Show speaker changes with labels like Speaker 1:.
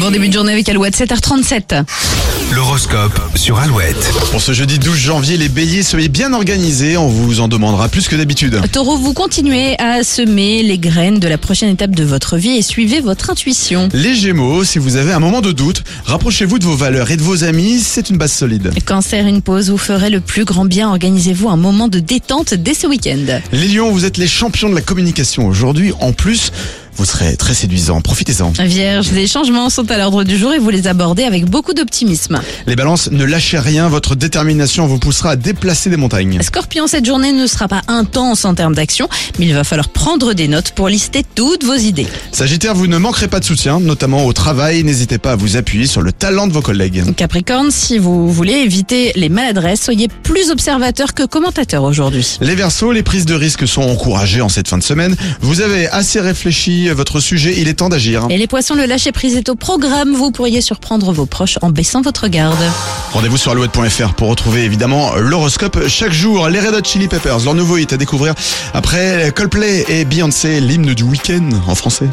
Speaker 1: Bon début de journée avec Alouette, 7h37.
Speaker 2: L'horoscope sur Alouette.
Speaker 3: Pour ce jeudi 12 janvier, les béliers, soyez bien organisés, on vous en demandera plus que d'habitude.
Speaker 1: Taureau, vous continuez à semer les graines de la prochaine étape de votre vie et suivez votre intuition.
Speaker 3: Les gémeaux, si vous avez un moment de doute, rapprochez-vous de vos valeurs et de vos amis, c'est une base solide.
Speaker 1: Cancer, une pause vous ferez le plus grand bien. Organisez-vous un moment de détente dès ce week-end.
Speaker 3: Les lions, vous êtes les champions de la communication aujourd'hui, en plus, vous serez très séduisant, profitez-en.
Speaker 1: Vierge, les changements sont à l'ordre du jour et vous les abordez avec beaucoup d'optimisme.
Speaker 3: Les balances, ne lâchez rien, votre détermination vous poussera à déplacer des montagnes.
Speaker 1: Scorpion, cette journée ne sera pas intense en termes d'action, mais il va falloir prendre des notes pour lister toutes vos idées.
Speaker 3: Sagittaire, vous ne manquerez pas de soutien, notamment au travail, n'hésitez pas à vous appuyer sur le talent de vos collègues.
Speaker 1: Capricorne, si vous voulez éviter les maladresses, soyez plus observateur que commentateur aujourd'hui.
Speaker 3: Les Verseaux, les prises de risques sont encouragées en cette fin de semaine. Vous avez assez réfléchi à votre sujet, il est temps d'agir.
Speaker 1: Et les poissons, le lâcher-prise est au programme. Vous pourriez surprendre vos proches en baissant votre garde.
Speaker 3: Rendez-vous sur alouette.fr pour retrouver évidemment l'horoscope chaque jour. Les Red Hot Chili Peppers, leur nouveau hit à découvrir après Coldplay et Beyoncé, l'hymne du week-end en français.